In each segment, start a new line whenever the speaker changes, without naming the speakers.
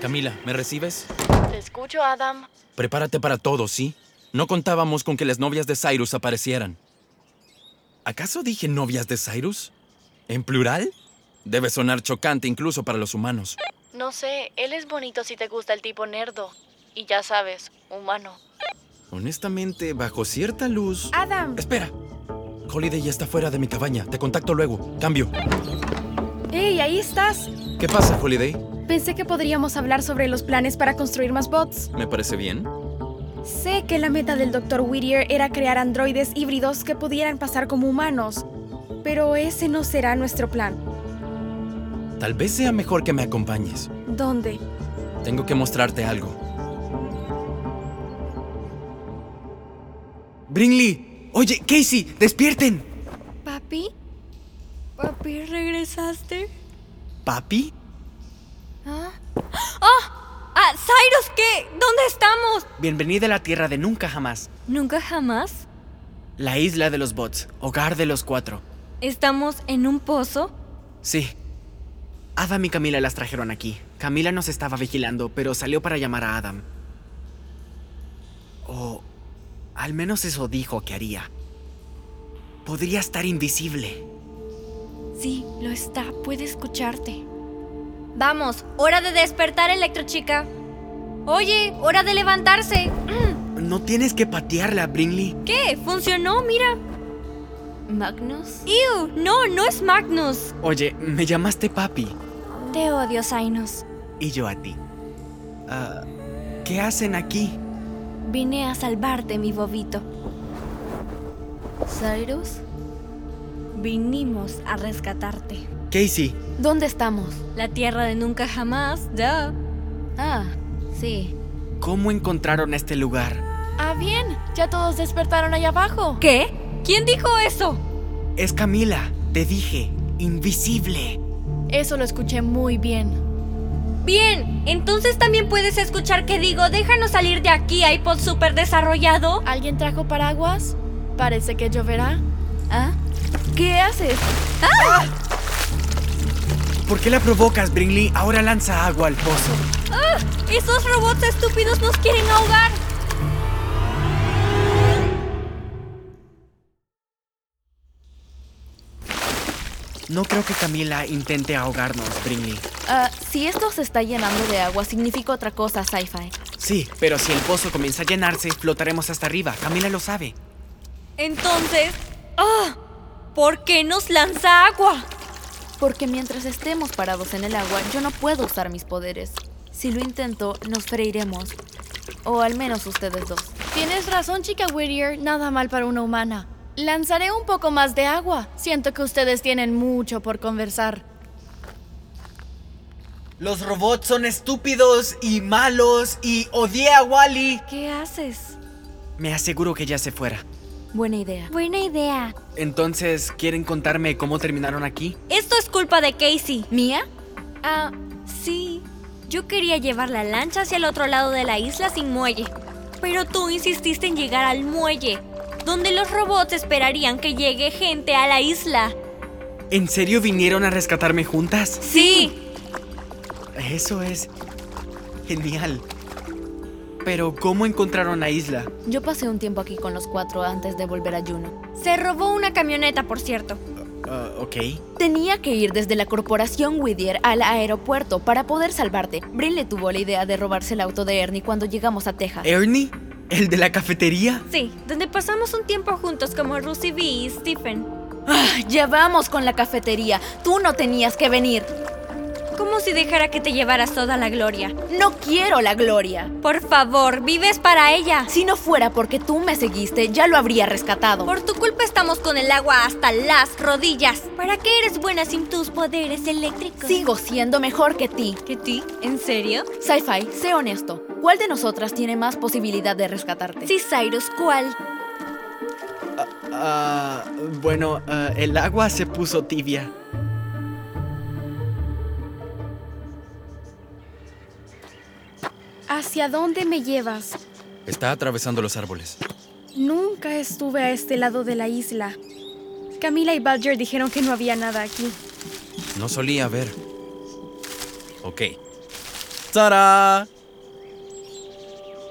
Camila, ¿me recibes?
Te escucho, Adam.
Prepárate para todo, ¿sí? No contábamos con que las novias de Cyrus aparecieran. ¿Acaso dije novias de Cyrus? ¿En plural? Debe sonar chocante incluso para los humanos.
No sé, él es bonito si te gusta el tipo nerdo. Y ya sabes, humano.
Honestamente, bajo cierta luz...
Adam,
Espera. Holiday ya está fuera de mi cabaña. Te contacto luego. Cambio.
hey, ahí estás.
¿Qué pasa, Holiday?
Pensé que podríamos hablar sobre los planes para construir más bots.
¿Me parece bien?
Sé que la meta del Dr. Whittier era crear androides híbridos que pudieran pasar como humanos, pero ese no será nuestro plan.
Tal vez sea mejor que me acompañes.
¿Dónde?
Tengo que mostrarte algo.
Brinley, oye, Casey, despierten.
Papi, papi, ¿regresaste?
¿Papi?
Ah, Cyrus, ¿qué? ¿Dónde estamos?
Bienvenida a la tierra de nunca jamás,
Nunca jamás.
la isla de los bots, hogar de los cuatro.
¿Estamos en un pozo?
Sí. Adam y Camila las trajeron aquí. Camila nos estaba vigilando, pero salió para llamar a Adam. O al menos eso dijo que haría. Podría estar invisible.
Sí, lo está. Puede escucharte. Vamos, hora de despertar, electrochica. Oye, hora de levantarse.
No tienes que patearla, Brinley.
¿Qué? ¿Funcionó? Mira. ¿Magnus? ¡Ew! No, no es Magnus.
Oye, me llamaste papi.
Te odio, Cyrus.
Y yo a ti. Ah, ¿Qué hacen aquí?
Vine a salvarte, mi bobito. Cyrus, vinimos a rescatarte.
Casey,
¿Dónde estamos?
La tierra de nunca jamás, ya. Ah, sí.
¿cómo encontraron este lugar?
Ah, bien. Ya todos despertaron allá abajo.
¿Qué? ¿Quién dijo eso?
Es Camila, te dije, invisible.
Eso lo escuché muy bien.
Bien, entonces también puedes escuchar que digo, déjanos salir de aquí, iPod super desarrollado.
¿Alguien trajo paraguas? Parece que lloverá.
¿Ah?
¿Qué haces?
¿Por qué la provocas, Brinley? Ahora lanza agua al pozo.
¡Ah! ¡Esos robots estúpidos nos quieren ahogar!
No creo que Camila intente ahogarnos, Brinley.
Ah, si esto se está llenando de agua, significa otra cosa, Sci-Fi.
Sí, pero si el pozo comienza a llenarse, flotaremos hasta arriba. Camila lo sabe.
Entonces, ¡ah! ¿por qué nos lanza agua?
Porque mientras estemos parados en el agua, yo no puedo usar mis poderes. Si lo intento, nos freiremos. O al menos ustedes dos.
Tienes razón, chica Whittier, nada mal para una humana. Lanzaré un poco más de agua. Siento que ustedes tienen mucho por conversar.
Los robots son estúpidos y malos y odié a Wally.
¿Qué haces?
Me aseguro que ya se fuera.
Buena idea.
Buena idea.
Entonces, ¿quieren contarme cómo terminaron aquí?
Esto es culpa de Casey.
¿Mía?
Ah, sí. Yo quería llevar la lancha hacia el otro lado de la isla sin muelle. Pero tú insististe en llegar al muelle, donde los robots esperarían que llegue gente a la isla.
¿En serio vinieron a rescatarme juntas?
Sí.
Eso es genial. Pero, ¿cómo encontraron la isla?
Yo pasé un tiempo aquí con los cuatro antes de volver a Juno.
Se robó una camioneta, por cierto.
Ah, ok.
Tenía que ir desde la corporación Whittier al aeropuerto para poder salvarte. Brin le tuvo la idea de robarse el auto de Ernie cuando llegamos a Texas.
¿Ernie? ¿El de la cafetería?
Sí, donde pasamos un tiempo juntos como Ruthie B y Stephen.
Ah, ya vamos con la cafetería. Tú no tenías que venir.
Como si dejara que te llevaras toda la gloria.
No quiero la gloria.
Por favor, vives para ella.
Si no fuera porque tú me seguiste, ya lo habría rescatado.
Por tu culpa estamos con el agua hasta las rodillas. ¿Para qué eres buena sin tus poderes eléctricos?
Sigo siendo mejor que ti.
¿Que ti? ¿En serio?
Sci-Fi, sé honesto. ¿Cuál de nosotras tiene más posibilidad de rescatarte?
Sí, Cyrus, ¿cuál?
Ah, bueno, ah, el agua se puso tibia.
¿Hacia dónde me llevas?
Está atravesando los árboles.
Nunca estuve a este lado de la isla. Camila y Badger dijeron que no había nada aquí.
No solía ver. Ok. ¡Tara!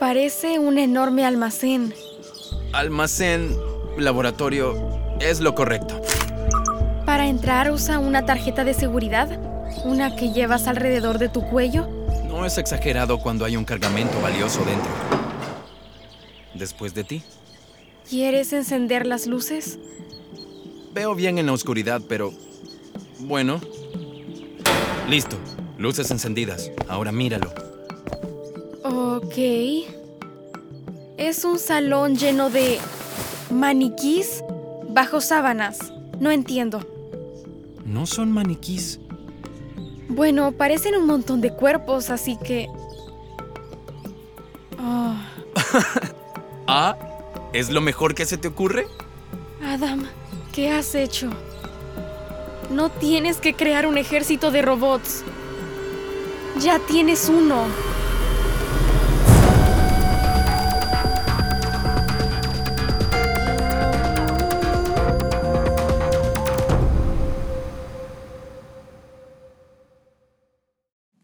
Parece un enorme almacén.
Almacén, laboratorio, es lo correcto.
Para entrar usa una tarjeta de seguridad, una que llevas alrededor de tu cuello.
No es exagerado cuando hay un cargamento valioso dentro. Después de ti.
¿Quieres encender las luces?
Veo bien en la oscuridad, pero... Bueno. Listo. Luces encendidas. Ahora míralo.
Ok. Es un salón lleno de maniquís bajo sábanas. No entiendo.
No son maniquís.
Bueno, parecen un montón de cuerpos, así que... Oh,
Ah, ¿es lo mejor que se te ocurre?
Adam, ¿qué has hecho? No tienes que crear un ejército de robots. Ya tienes uno.